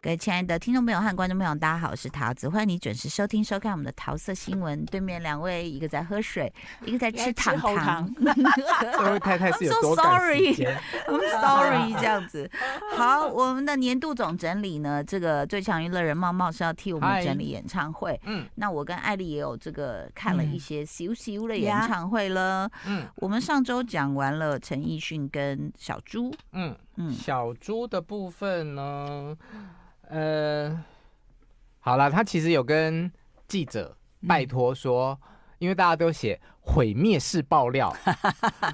各位亲爱的听众朋友和观众朋友，大家好，我是桃子，欢迎你准时收听收看我们的桃色新闻。对面两位，一个在喝水，一个在吃糖 一个在吃喉糖这位太太是 I'm 有 so 多赶时 sorry 间？ I'm sorry，这样子。好，我们的年度总整理呢，这个最强娱乐人茂茂是要替我们嗨整理演唱会。嗯那我跟艾丽也有这个看了一些咻咻的演呀唱会了。嗯我们上周讲完了陈奕迅跟小猪，嗯，嗯，小猪的部分呢，呃，好啦，他其实有跟记者拜托说，因为大家都写毁灭式爆 料，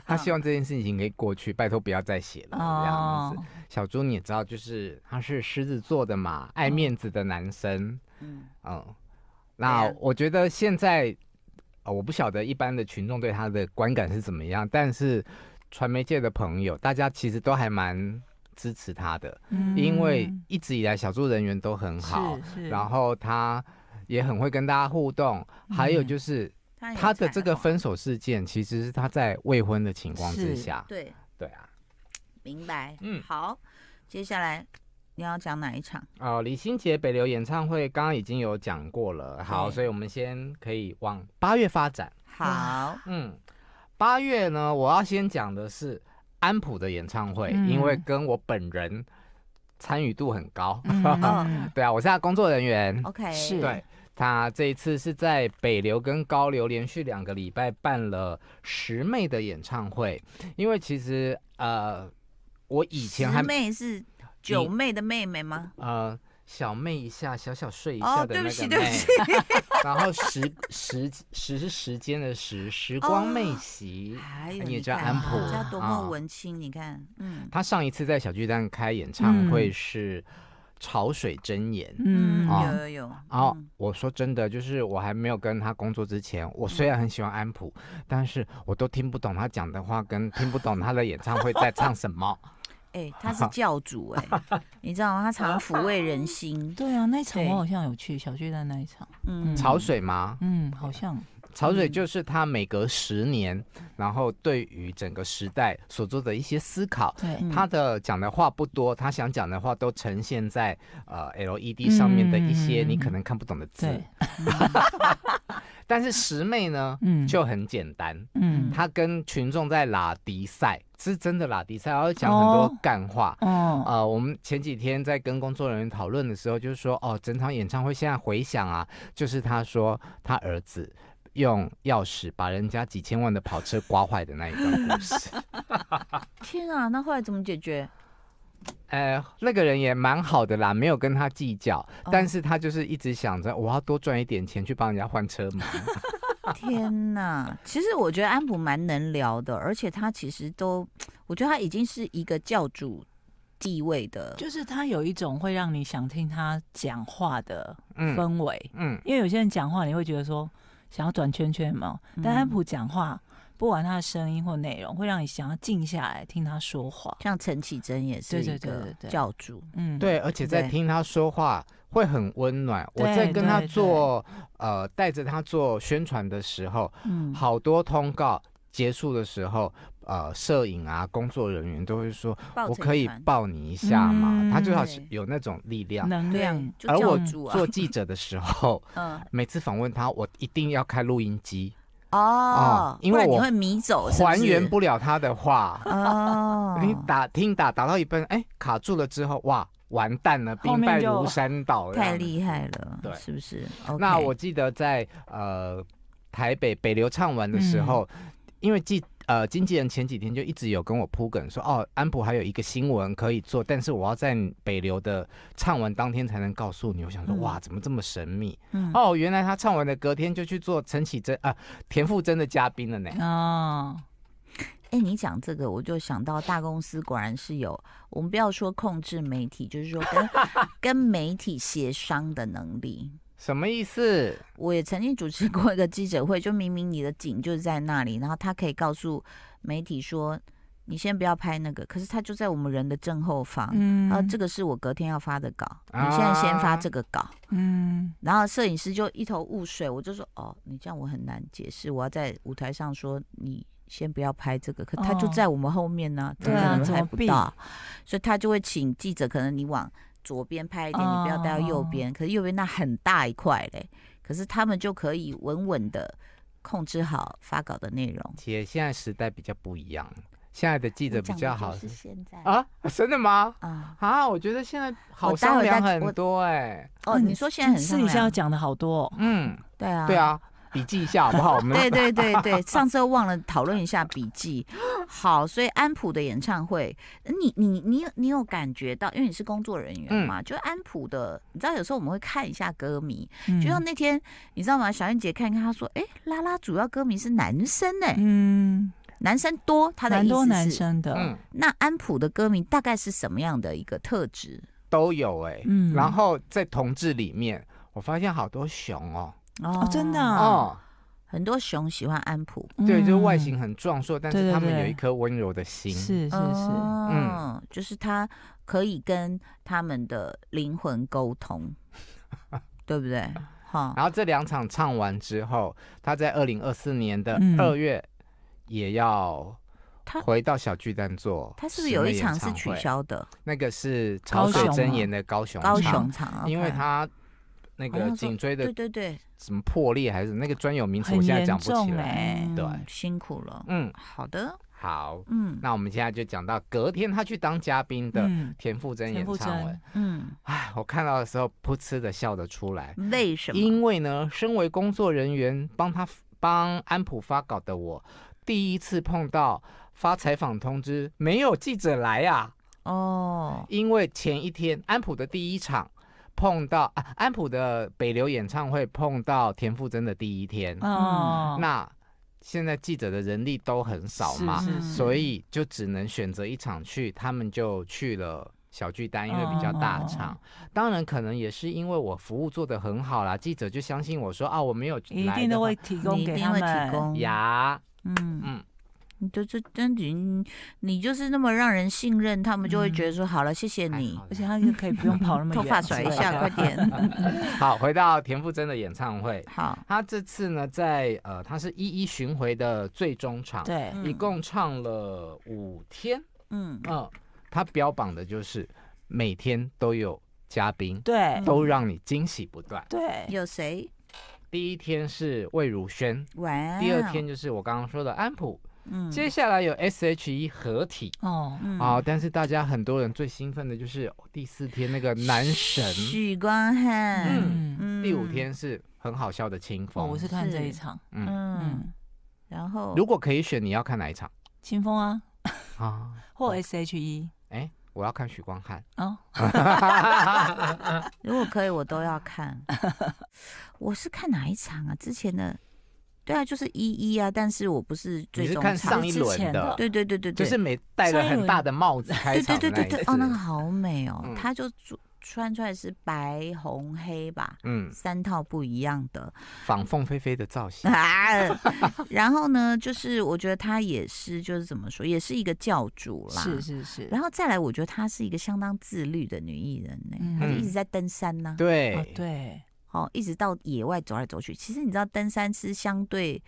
他希望这件事情可以过去，拜托不要再写了这样哦，子。小猪你也知道，就是他是狮子座的嘛，爱面子的男生，嗯嗯，那对啊我觉得现在，呃我不晓得一般的群众对他的观感是怎么样，但是传媒界的朋友，大家其实都还蛮支持他的，嗯因为一直以来小猪人缘都很好，是是，然后他也很会跟大家互动，嗯还有就是他他他的这个分手事件，其实是他在未婚的情况之是下，对，对啊，明白。嗯嗯，好，接下来你要讲哪一场？哦，李心洁北流演唱会刚刚已经有讲过了，好，对所以我们先可以往八月发展。好，嗯，八月呢，我要先讲的是安普的演唱会，嗯因为跟我本人参与度很高。 哦嗯对啊，我是他工作人员。 OK，是对，他这一次是在北流跟高流连续两个礼拜办了十妹的演唱会，因为其实呃，我以前还师妹是九妹的妹妹吗？呃小妹一下，小小睡一哦，下的对那不个起，妹，对不起， 然后时时时是时间的时，时光妹哦席。哎呦，你也你知道看安普人家多么啊文青，你看，嗯他上一次在小巨蛋开演唱会是《潮水真言》嗯，嗯哦有有有，然后嗯我说真的，就是我还没有跟他工作之前，嗯我虽然很喜欢安普，但是我都听不懂他讲的话，跟听不懂他的演唱会在唱什么。哎，他 是教主哎，你知道吗？他常抚慰人 心，对啊，那一场对我好像有去小巨蛋那一场，嗯 嗯，潮水吗？嗯，好像潮水就是他每隔十年，然后对于整个时代所做的一些思考。对，嗯他的讲的话不多，他想讲的话都呈现在呃 LED 上面的一些嗯你可能看不懂的字。对嗯但是十妹呢，嗯就很简单，嗯她跟群众在拉迪赛，是真的拉迪赛，然后讲很多哦干话。嗯哦呃，我们前几天在跟工作人员讨论的时候，就是说，哦，整场演唱会现在回想啊，就是他说他儿子用钥匙把人家几千万的跑车刮坏的那一段 故事。 天啊，那后来怎么解决？呃，那个人也蛮好的啦，没有跟他计较，哦但是他就是一直想着我要多赚一点钱去帮人家换车 嘛。天呐，其实我觉得安普蛮能聊的，而且他其实都，我觉得他已经是一个教主地位的，就是他有一种会让你想听他讲话的嗯氛围，嗯，因为有些人讲话你会觉得说想要转圈圈有没有？嗯但安普讲话，不管他的声音或内容，会让你想要静下来听他说话。像陈绮贞也是对对一对个对对教主，嗯，对，而且在对听他说话会很温暖。我对在跟他对做呃带着他做宣传的时候，嗯，好多通告结束的时候，呃，摄影啊工作人员都会说抱我成可一以团抱你一下嘛，嗯他就好对有那种力量。能对量，，就而我教主啊做，记者的时候，嗯，每次访问他，我一定要开录音机，哦哦，因为不然你我会迷走，是还是原不了他的话。哦， 你打听打打到一半，哎、卡住了之后，哇，完蛋了，后兵面败就如山倒，这太样厉害了，对是不是？OK？那我记得在呃台北北流唱完的时嗯候，因为记呃经纪人前几天就一直有跟我铺梗说，哦，安普还有一个新闻可以做，但是我要在北流的唱完当天才能告诉你。我想说，嗯哇，怎么这么神秘？嗯哦，原来他唱完的隔天就去做陈绮贞啊、田馥甄的嘉 宾了呢。哦，哎、你讲这个，我就想到大公司果然是有，我们不要说控制媒体，就是说跟 跟媒体协商的能力。什么意思？我也曾经主持过一个记者会，就明明你的景就是在那里，然后他可以告诉媒体说，你先不要拍那个，可是他就在我们人的正后方。嗯啊，这个是我隔天要发的稿，你现在先发啊这个稿，嗯，然后摄影师就一头雾水，我就说哦，你这样我很难解释，我要在舞台上说你先不要拍这个，可他就哦在我们后面呢、怎对啊么可能怎么拍不避到？所以他就会请记者，可能你往左边拍一点，你不要带到右边。可是右边那很大一块嘞，可是他们就可以稳稳的控制好发稿的内容。姐，现在时代比较不一样，现在的记者我讲比的较就好是现在啊啊？真的吗？啊，我觉得现在好我待会商量再很我多哎、哦，你说现在很啊私上底下要量，讲的好多、哦，嗯，对啊，对。啊，笔记一下好不 好？我们对对对 对，上次忘了讨论一下笔记。好，所以安普的演唱会，你你你有你有感觉到，因为你是工作人嗯员嘛，就安普的，你知道有时候我们会看一下歌迷，嗯就像那天你知道吗？小燕姐看一看，她说，哎、拉拉主要歌迷是男生哎、嗯，男生多，她的蛮意多思男是，生的，嗯那安普的歌迷大概是什么样的一个特质？都有哎、嗯然后在同志里面，我发现好多熊哦，哦真的啊哦，很多熊喜欢安普，对，就是外嗯形很壮硕，但对是对他们有对一颗温柔的心。嗯是是是，嗯哦，就是他可以跟他们的灵魂沟通，对不对？哈，然后这两场唱完之后，他在二零二四年的嗯二月也要他回到小巨蛋做。他是不是有一场是取？消的？那个是潮高水雄真吗言的高雄高场雄场，因为 OK 哦他那好个像说颈椎对的对对，什么破裂还是那个专有名词，很我现在严讲不起重来。哎、嗯对辛苦了。嗯，好的，好，嗯那我们现在就讲到隔天他去当嘉宾的嗯田馥甄田演馥唱会甄。嗯，哎，我看到的时候噗嗤的笑得出来，为什么？因为呢，身为工作人员帮他帮安普发稿的我，第一次碰到发采访通知没有记者来啊，哦，因为前一天安普的第一场。碰到啊，安普的北流演唱会碰到田馥甄的第一天，哦，嗯那现在记者的人力都很少嘛，是是是所以就只能选择一场去，他们就去了。小巨蛋因为比较哦大场，当然可能也是因为我服务做得很好啦，记者就相信我说啊，我没有一来定的都话会提你供一给定他会们提供。呀，嗯嗯，你就这真你你就是那么让人信任，他们就会觉得说好了，谢谢嗯还你好。而且他就可以不用跑那 么头远，发甩一 下，快点。好，回到田馥甄的演唱会，好，他这次呢在呃，他是一一巡回的最终场，对，嗯一共唱了五天，嗯，嗯、他标榜的就是每天都有嘉宾，对都让你惊喜不断。对，嗯有谁？第一天是魏如萱，哇，第二天，就是我刚刚说的安普，啊嗯，接下来有 S.H.E 合体哦，嗯啊、但是大家很多人最兴奋的就是哦第四天那个男神，许光汉，嗯，嗯，第五，天是很好笑的清风。哦，我是看这一是场，嗯，嗯，嗯，然后如果可以选，你要看哪一场清风啊，啊？或 S.H.E 哎、我要看许光汉。哦，如果可以，我都要 看。我是看哪一场啊？之前的，对啊，就是一一啊，但是我不是你最是终看场上，一轮之前的对对对对就对，是没戴了很大的帽子开对场对的对对那一次对，哦，那个好美哦嗯，他就穿穿出来是白红黑吧，嗯，三套不一样的， 仿凤飞飞的造型。啊，然后呢，就是我觉得她也是，就是怎么说，也是一个教主啦。是。是是，然后再来，我觉得她是一个相当自律的女艺人呢、嗯她就一直在登山呐、对、哦对，哦，一直到野外走来走去。其实你知道，登山是相对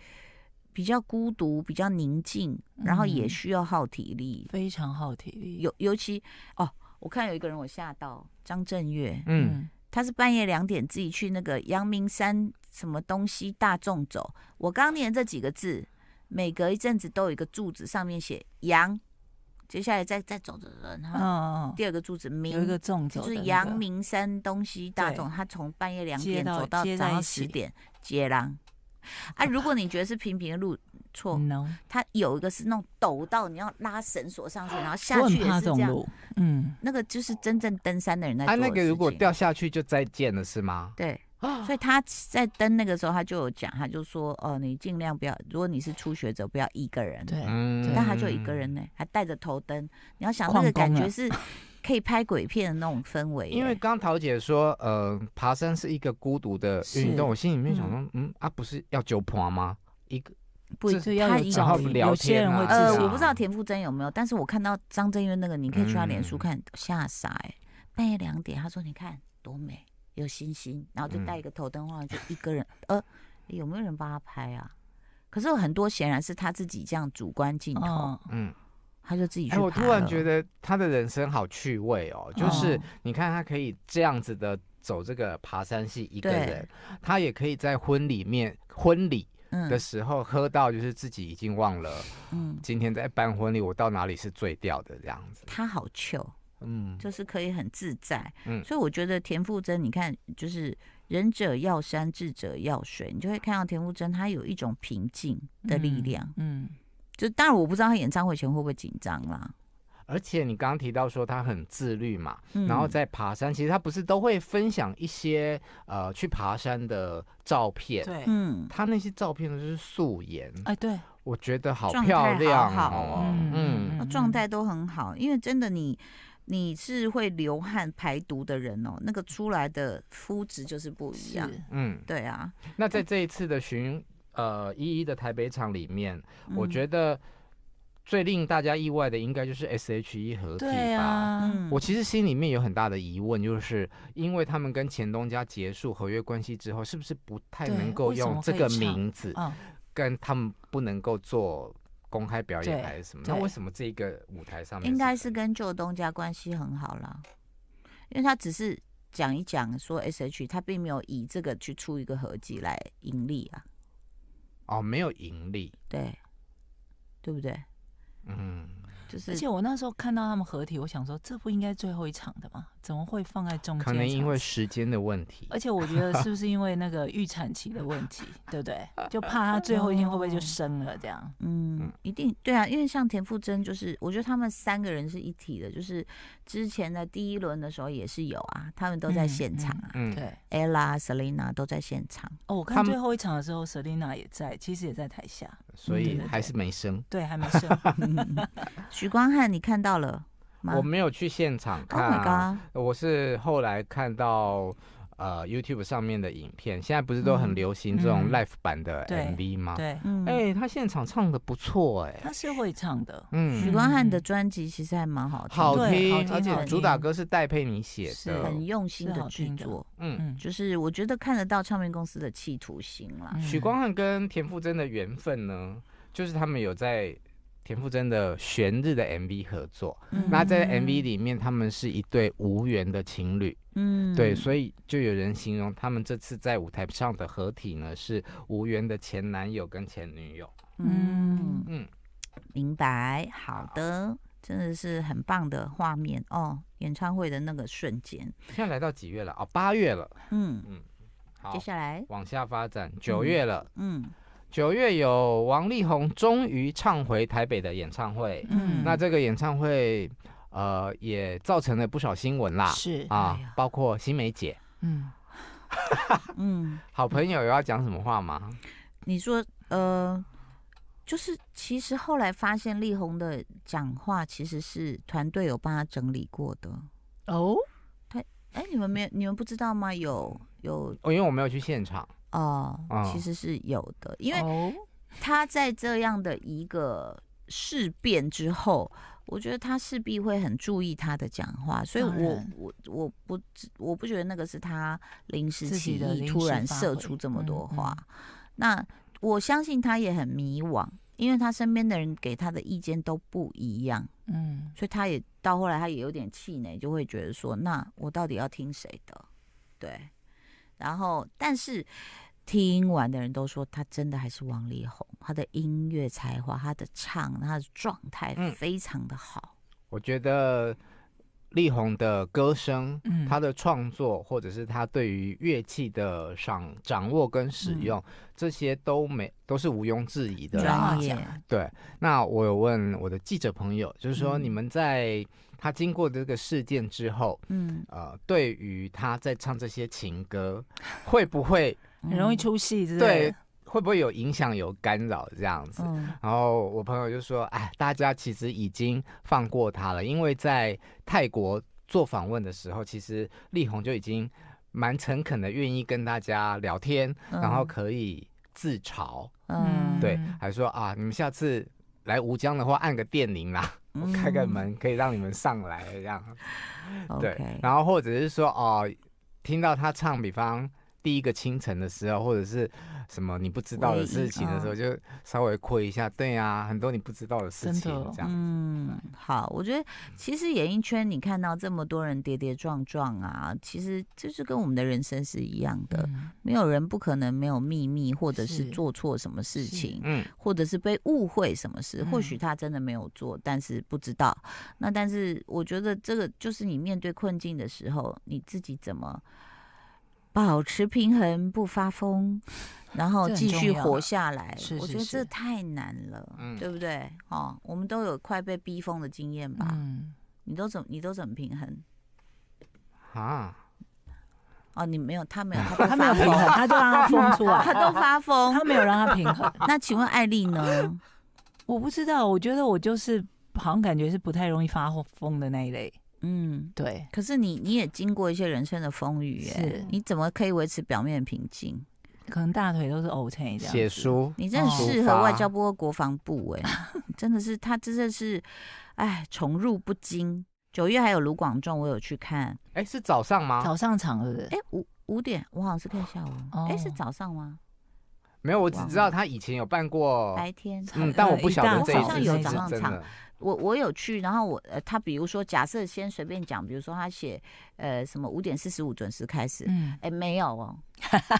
比较孤独、比较宁静，然后也嗯需要耗体力。非常好体力，尤尤其哦，我看有一个人我吓到，张震岳，嗯，他是半夜两点自己去那个阳明山什么东西大众走。我刚念这几个字，每隔一阵子都有一个柱子上面写阳，接下来再再走走走，然嗯后嗯，嗯第二个柱子明，有一个纵走就的是那个阳，明山东西大对众，他从半夜两接点到走到接早在上一十起点接狼。啊，如果你觉得是平平的路错， no，它有一个是那种陡到你要拉绳索上去，然后下我很去也是怕这这种样。路，嗯，那个就是真正登山的人在做啊，的那个如果事情掉下去就再见了是吗？对，啊所以他在登那个时候，他就有讲，他就说，哦，你尽量不要，如果你是初学者，不要一个人。对，嗯但他就一个人呢，还带着头灯。你要想那旷个感工啊觉了是可以拍鬼片的那种氛围耶，因为刚桃姐说，呃，爬山是一个孤独的运动，是我心里面想说，嗯啊，不是要九爬吗？一个不这一所以要他有一然后照应，聊有些天人啊会自呃，己我自不知道田馥甄有没有，但是我看到张震岳那个，你可以去他脸书嗯看，吓傻哎、半夜两点，他说你看多美，有星星，然后就嗯带一个头灯，后来就一个人，呃，有没有人帮他拍啊？可是有很多显然是他自己这样主观镜己，头，嗯，嗯，他就自己去哎，爬了。我突然觉得他的人生好趣味哦，就是哦你看他可以这样子的走这个爬山系一个对人，他也可以在婚礼面婚礼的嗯时候喝到，就是自己已经忘了嗯，今天在办婚礼，我到哪里是醉掉的这样子。他好糗，嗯，就是可以很自在。嗯所以我觉得田馥甄，你看，就是仁者要山，智者要水，你就会看到田馥甄她有一种平静的力量。嗯，就当然我不知道她演唱会前会不会紧张啦。而且你刚刚提到说他很自律嘛，嗯然后在爬山，其实他不是都会分享一些呃去爬山的照片，对，嗯，他那些照片都是素颜，哎对，我觉得好状态漂亮好好哦，嗯嗯嗯，那状态都很好，因为真的你你是会流汗排毒的人哦，那个出来的肤质就是不一样。是嗯，对啊，那在这一次的巡呃一一的台北场里面，我嗯觉得最令大家意外的应该就是 S.H.E 合体对吧。啊，嗯，我其实心里面有很大的疑问，就是因为他们跟前东家结束合约关系之后，是不是不太对能够为什么用这可以个唱名字，嗯，跟他们不能够做公开表演对还是什么？那对为什么这个舞台上面应该这是样跟旧东家关系很好啦，因为他只是讲一讲说 S H，他并没有以这个去出一个合集来盈利啊，哦没有盈利，对，对不对？嗯，就是而且我那时候看到他们合体，我想说这不应该最后一场的吗？怎么会放在中间？可能因为，时间的问题。而且我觉得是不是因为那个预产期的问题，对不对？就怕他最后一天会不哦会就生了这样？嗯嗯，一定对啊，因为像田馥甄，就是我觉得他们三个人是一体的，就是之前的第一轮的时候也是有啊，他们都在嗯现场啊、嗯，对， e l l a Selina 都在现 场，哦，我他看们最后一场的时候，Selina 也在，其实也在台下，所对以对对还是没生。对，还没 生。许光汉你看到了吗我没有去现场？Oh 看、啊 my god！我是后来看到呃 YouTube 上面的影片，现在不是都很嗯流行这种嗯 live 版的对 MV 吗？对，嗯，哎、他现场唱的不错哎、他是会唱的，许嗯，光汉的专辑其实还蛮好听的，好对好听，听而好且听主打歌是戴佩妮写是的，很用心是的好制听的作，嗯。嗯，就是我觉得看得到唱片公司的企图心啦。嗯许光汉跟田馥甄的缘分呢，就是他们有在田馥甄的《悬日》的 MV 合作。嗯那在 MV 里面，他们是一对无缘的情侣，嗯对，所以就有人形容他们这次在舞台上的合体呢，是无缘的前男友跟前女友。嗯嗯，嗯，明白，好的，真的是很棒的画面哦，演唱会的那个瞬间，现在来到几月了？哦，八月了。嗯，好接，下来，往下发展，九月了。嗯九、月有王力宏终于唱回台北的演唱会，嗯那这个演唱会，呃，也造成了不少新闻啦。是，啊哎呀，包括新梅姐，嗯，嗯，好朋友有要讲什么话吗？你说呃，就是其实后来发现力宏的讲话其实是团队有帮他整理过的，哦，哎，你们没有，你们不知道吗？有有哦，因为我没有去现场，哦，哦其实是有的，因为为他在这样的一个事变之后，我觉得他势必会很注意他的讲话，所以当我然我我不我不觉得那个是他临时自起己的意临突时然发射挥出这么嗯多嗯话。那我相信他也很迷惘，因为他身边的人给他的意见都不一样，嗯，所以他也到后来他也有点气馁，就会觉得说，那我到底要听谁的？对，然后但是听完的人都说，他真的还是王力宏，他的音乐才华、他的唱、他的状态嗯非常的好。我觉得力宏的歌声，嗯他的创作，或者是他对于乐器的掌掌握跟使用，这些都没都是毋庸置疑的对专啦。啊业对，那我有问我的记者朋友，就是说嗯你们在他经过这个事件之后，嗯，呃，对于他在唱这些情歌，会不会嗯很容易。出戏之类对的，会不会有影响、有干扰这样子？嗯然后我朋友就说：“哎，大家其实已经放过他了，因为在泰国做访问的时候，其实力宏就已经蛮诚恳的，愿意跟大家聊天，嗯然后可以自嘲，嗯，对嗯，还说啊，你们下次来吴江的话，按个电铃啦，我开个嗯门可以让你们上来这样。对，OK，然后或者是说哦，听到他唱，比方。第一个清晨的时候，或者是什么你不知道的事情的时候，就稍微窥一下。对啊，很多你不知道的事情真的哦，这样。嗯，好，我觉得其实演艺圈你看到这么多人跌跌撞撞啊，其实就是跟我们的人生是一样的，嗯没有人不可能没有秘密，或者是是做错什么事是情，嗯，或者是被误会什么事，嗯或许他真的没有做，但是不知道。那但是我觉得这个就是你面对困境的时候，你自己怎么保持平衡，不发疯，然后这很继续重要活下来。是我是觉得是这太难了，嗯对不对？哦，我们都有快被逼疯的经验吧？嗯，你都怎么你都怎么平衡？啊，哦，你没有，他没有，他都 他没有发平衡，疯，他就让他 疯出他来，都发疯。他没有让他平衡。 那请问艾丽 呢？我不知道，我觉得我就是好像感觉是不太容易发疯的那一类。嗯，对，可是你你也经过一些人生的风雨、耶，是你怎么可以维持表面平静？可能大腿都是 O K 这样。写，书，你真的哦适抒合发外交部和国防部哎、你 真的是他真的是，哎，宠辱不惊。九月还有卢广仲，我有去看，哎，是早上吗？早上场是不是？哎、五五点，我好像是看下午，哎、哦是早上吗？没有，我只知道他以前有办过，白天？嗯，但我不晓呃得一大这早一次有是不早上是真唱的。我我有去，然后我呃，他比如说假设先随便讲，比如说他写呃什么五点四十五准时开始，嗯，哎、没有 哦，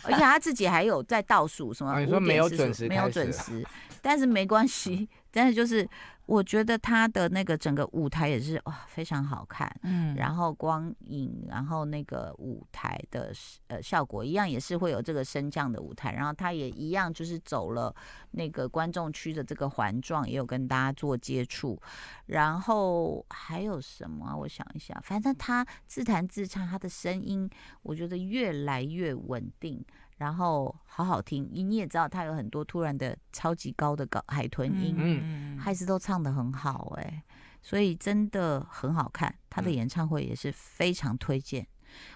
而且他自己还有在倒数什么啊5:45，你说没有准时没有开始啊准时，但是没关系，但是就是我觉得他的那个整个舞台也是哇、非常好看，嗯，然后光影，然后那个舞台的呃效果一样也是会有这个升降的舞台，然后他也一样就是走了那个观众区的这个环状，也有跟大家做接触，然后还有什么啊、我想一想，反正他自弹自唱，他的声音我觉得越来越稳定。然后好好听，你也知道他有很多突然的超级高的高海豚音，啊嗯还是都唱得很好哎、所以真的很好看。他的嗯演唱会也是非常推荐，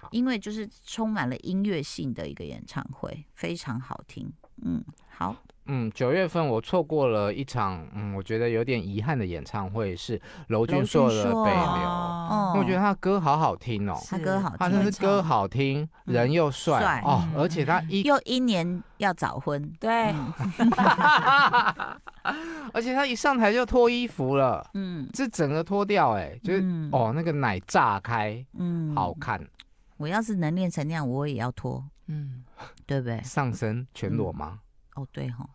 好因为就是充满了音乐性的一个演唱会，非常好听。嗯，好，嗯，九月份我错过了一场，嗯，我觉得有点遗憾的演唱会是娄娄俊俊硕的《硕北流》，哦哦，我觉得他歌好好听哦，他歌好他真听是，歌好听，人又嗯帅帅哦，嗯而且他一，又一年要早婚，对，嗯而且他一上台就脱衣服了，嗯，这整个脱掉，哎，就是嗯，哦，那个奶炸开，嗯好看，我要是能练成那样，我也要脱，嗯，对不对？上身全裸吗？哦，对 哈，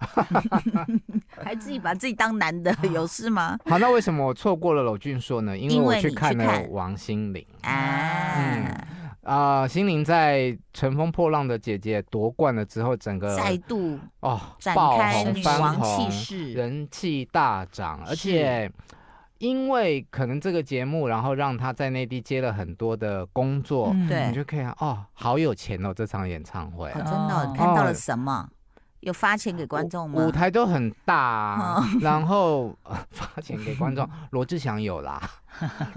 还自己把自己当男啊的，有事吗？好，那为什么我错过了娄俊硕呢？因为因我为去你看去了看王心凌。啊，啊、心凌在《乘风破浪的姐姐》夺冠了之后，整个再度哦展爆开红女翻王红嗯气，势，人气大涨，是而且因为可能这个节目，然后让她在内地接了很多的工作，嗯对你就可以看哦，好有钱哦，这场演唱会哦，真的哦，哦你看到了什么？有发钱给观众吗？哦舞台都很大啊、然后、 呃发钱给观 众。罗志祥有啦，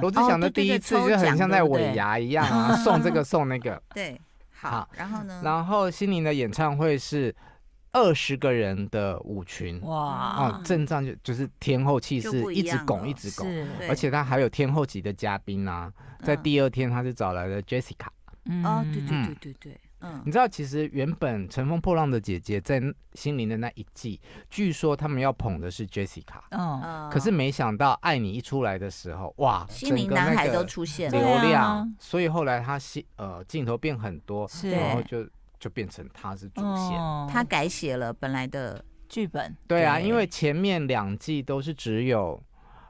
罗志哦祥的对对第对一次抽就很奖像对在不对嗯尾牙一样啊，送 这个送那个。对，好好，然后呢？然后心灵的演唱会是二十个人的舞群，哇哦，，阵仗就就是天后气就势不，一一直样了拱，一直拱。是，对而且他还有天后级的嘉宾啊，在嗯第二天他就找来了 Jessica。嗯哦，对对对对对，嗯你知道，其实原本《乘风破浪的姐姐》在心灵的那一季，据说他们要捧的是 Jessica，嗯，呃可是没想到《爱你》一出来的时候，哇，心灵整个那男孩个都出现流了，对啊量，所以后来他戏呃镜头变很多，是然后就就变成他是主线。哦他改写了本来的，剧本对啊，嗯对因为前面两季都是只有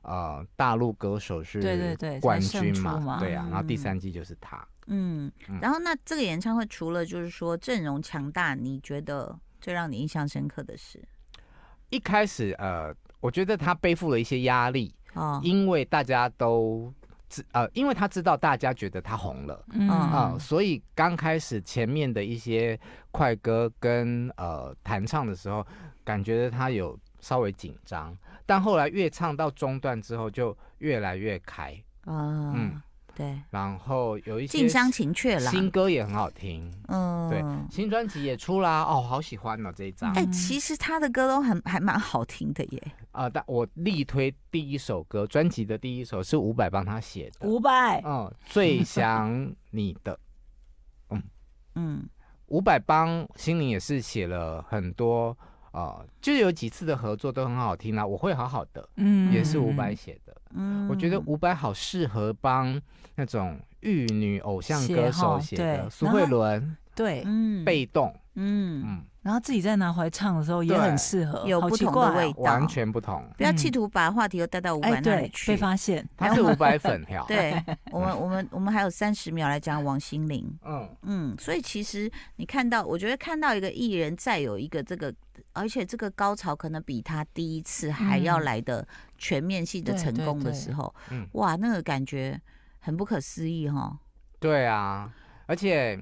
呃大陆歌手是对对对才冠军胜出嘛对啊，然后第嗯三季就是他。嗯嗯，然后那这个演唱会除了就是说阵容强大，你觉得最让你印象深刻的是？一开始呃，我觉得他背负了一些压力，哦，因为大家都知呃，因为他知道大家觉得他红了啊、嗯嗯所以刚开始前面的一些快歌跟呃弹唱的时候，感觉他有稍微紧张，但后来越唱到中段之后就越来越开，啊，嗯对，然后有一些近乡情怯啦，新歌也很好听，嗯，对新专辑也出啦，哦，好喜欢哦这一张。哎、嗯其实他的歌都很还蛮好听的耶。呃，但我力推第一首歌，专辑的第一首是伍佰帮他写的，五百，嗯，最想你的嗯，伍佰帮心灵也是写了很多，呃，就有几次的合作都很好听啊啦、我会好好的，嗯也是伍佰写的。嗯我觉得伍佰好适合帮那种玉女偶像歌手写写哈的，对苏慧伦、对，嗯被动，嗯，嗯，然后自己在拿回来唱的时候也对很适合，有好不奇同的怪哦味道完全不同。不要嗯企图把话题又带到伍哎，佰那里对，被去。发现，他是伍佰粉呀，， 对我们，我们，我们还有三十秒来讲王心凌。嗯，嗯，所以其实你看到，我觉得看到一个艺人再有一个这个，而且这个高潮可能比他第一次还要嗯来的全面性的对成对功的对时候，嗯哇，那个感觉很不可思议哈、对啊，而且，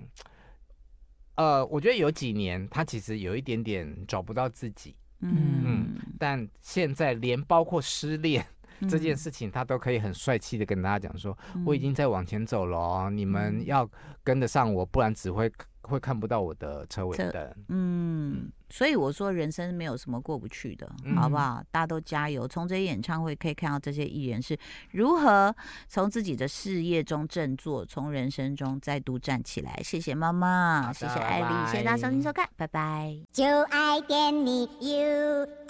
呃，我觉得有几年他其实有一点点找不到自己，嗯嗯但现在连包括失恋嗯，这件事情，他都可以很帅气的跟大家讲说，嗯我已经在往前走了哦，你们嗯要跟得上我，不然只会会看不到我的车尾车灯。嗯，所以我说人生没有什么过不去的，好不嗯好？大家都加油！从这些演唱会可以看到这些艺人是如何从自己的事业中振作，从人生中再度站起来。谢谢妈妈，好的谢谢艾丽，拜拜谢谢大家收听收看，拜拜。就爱点你 UFO。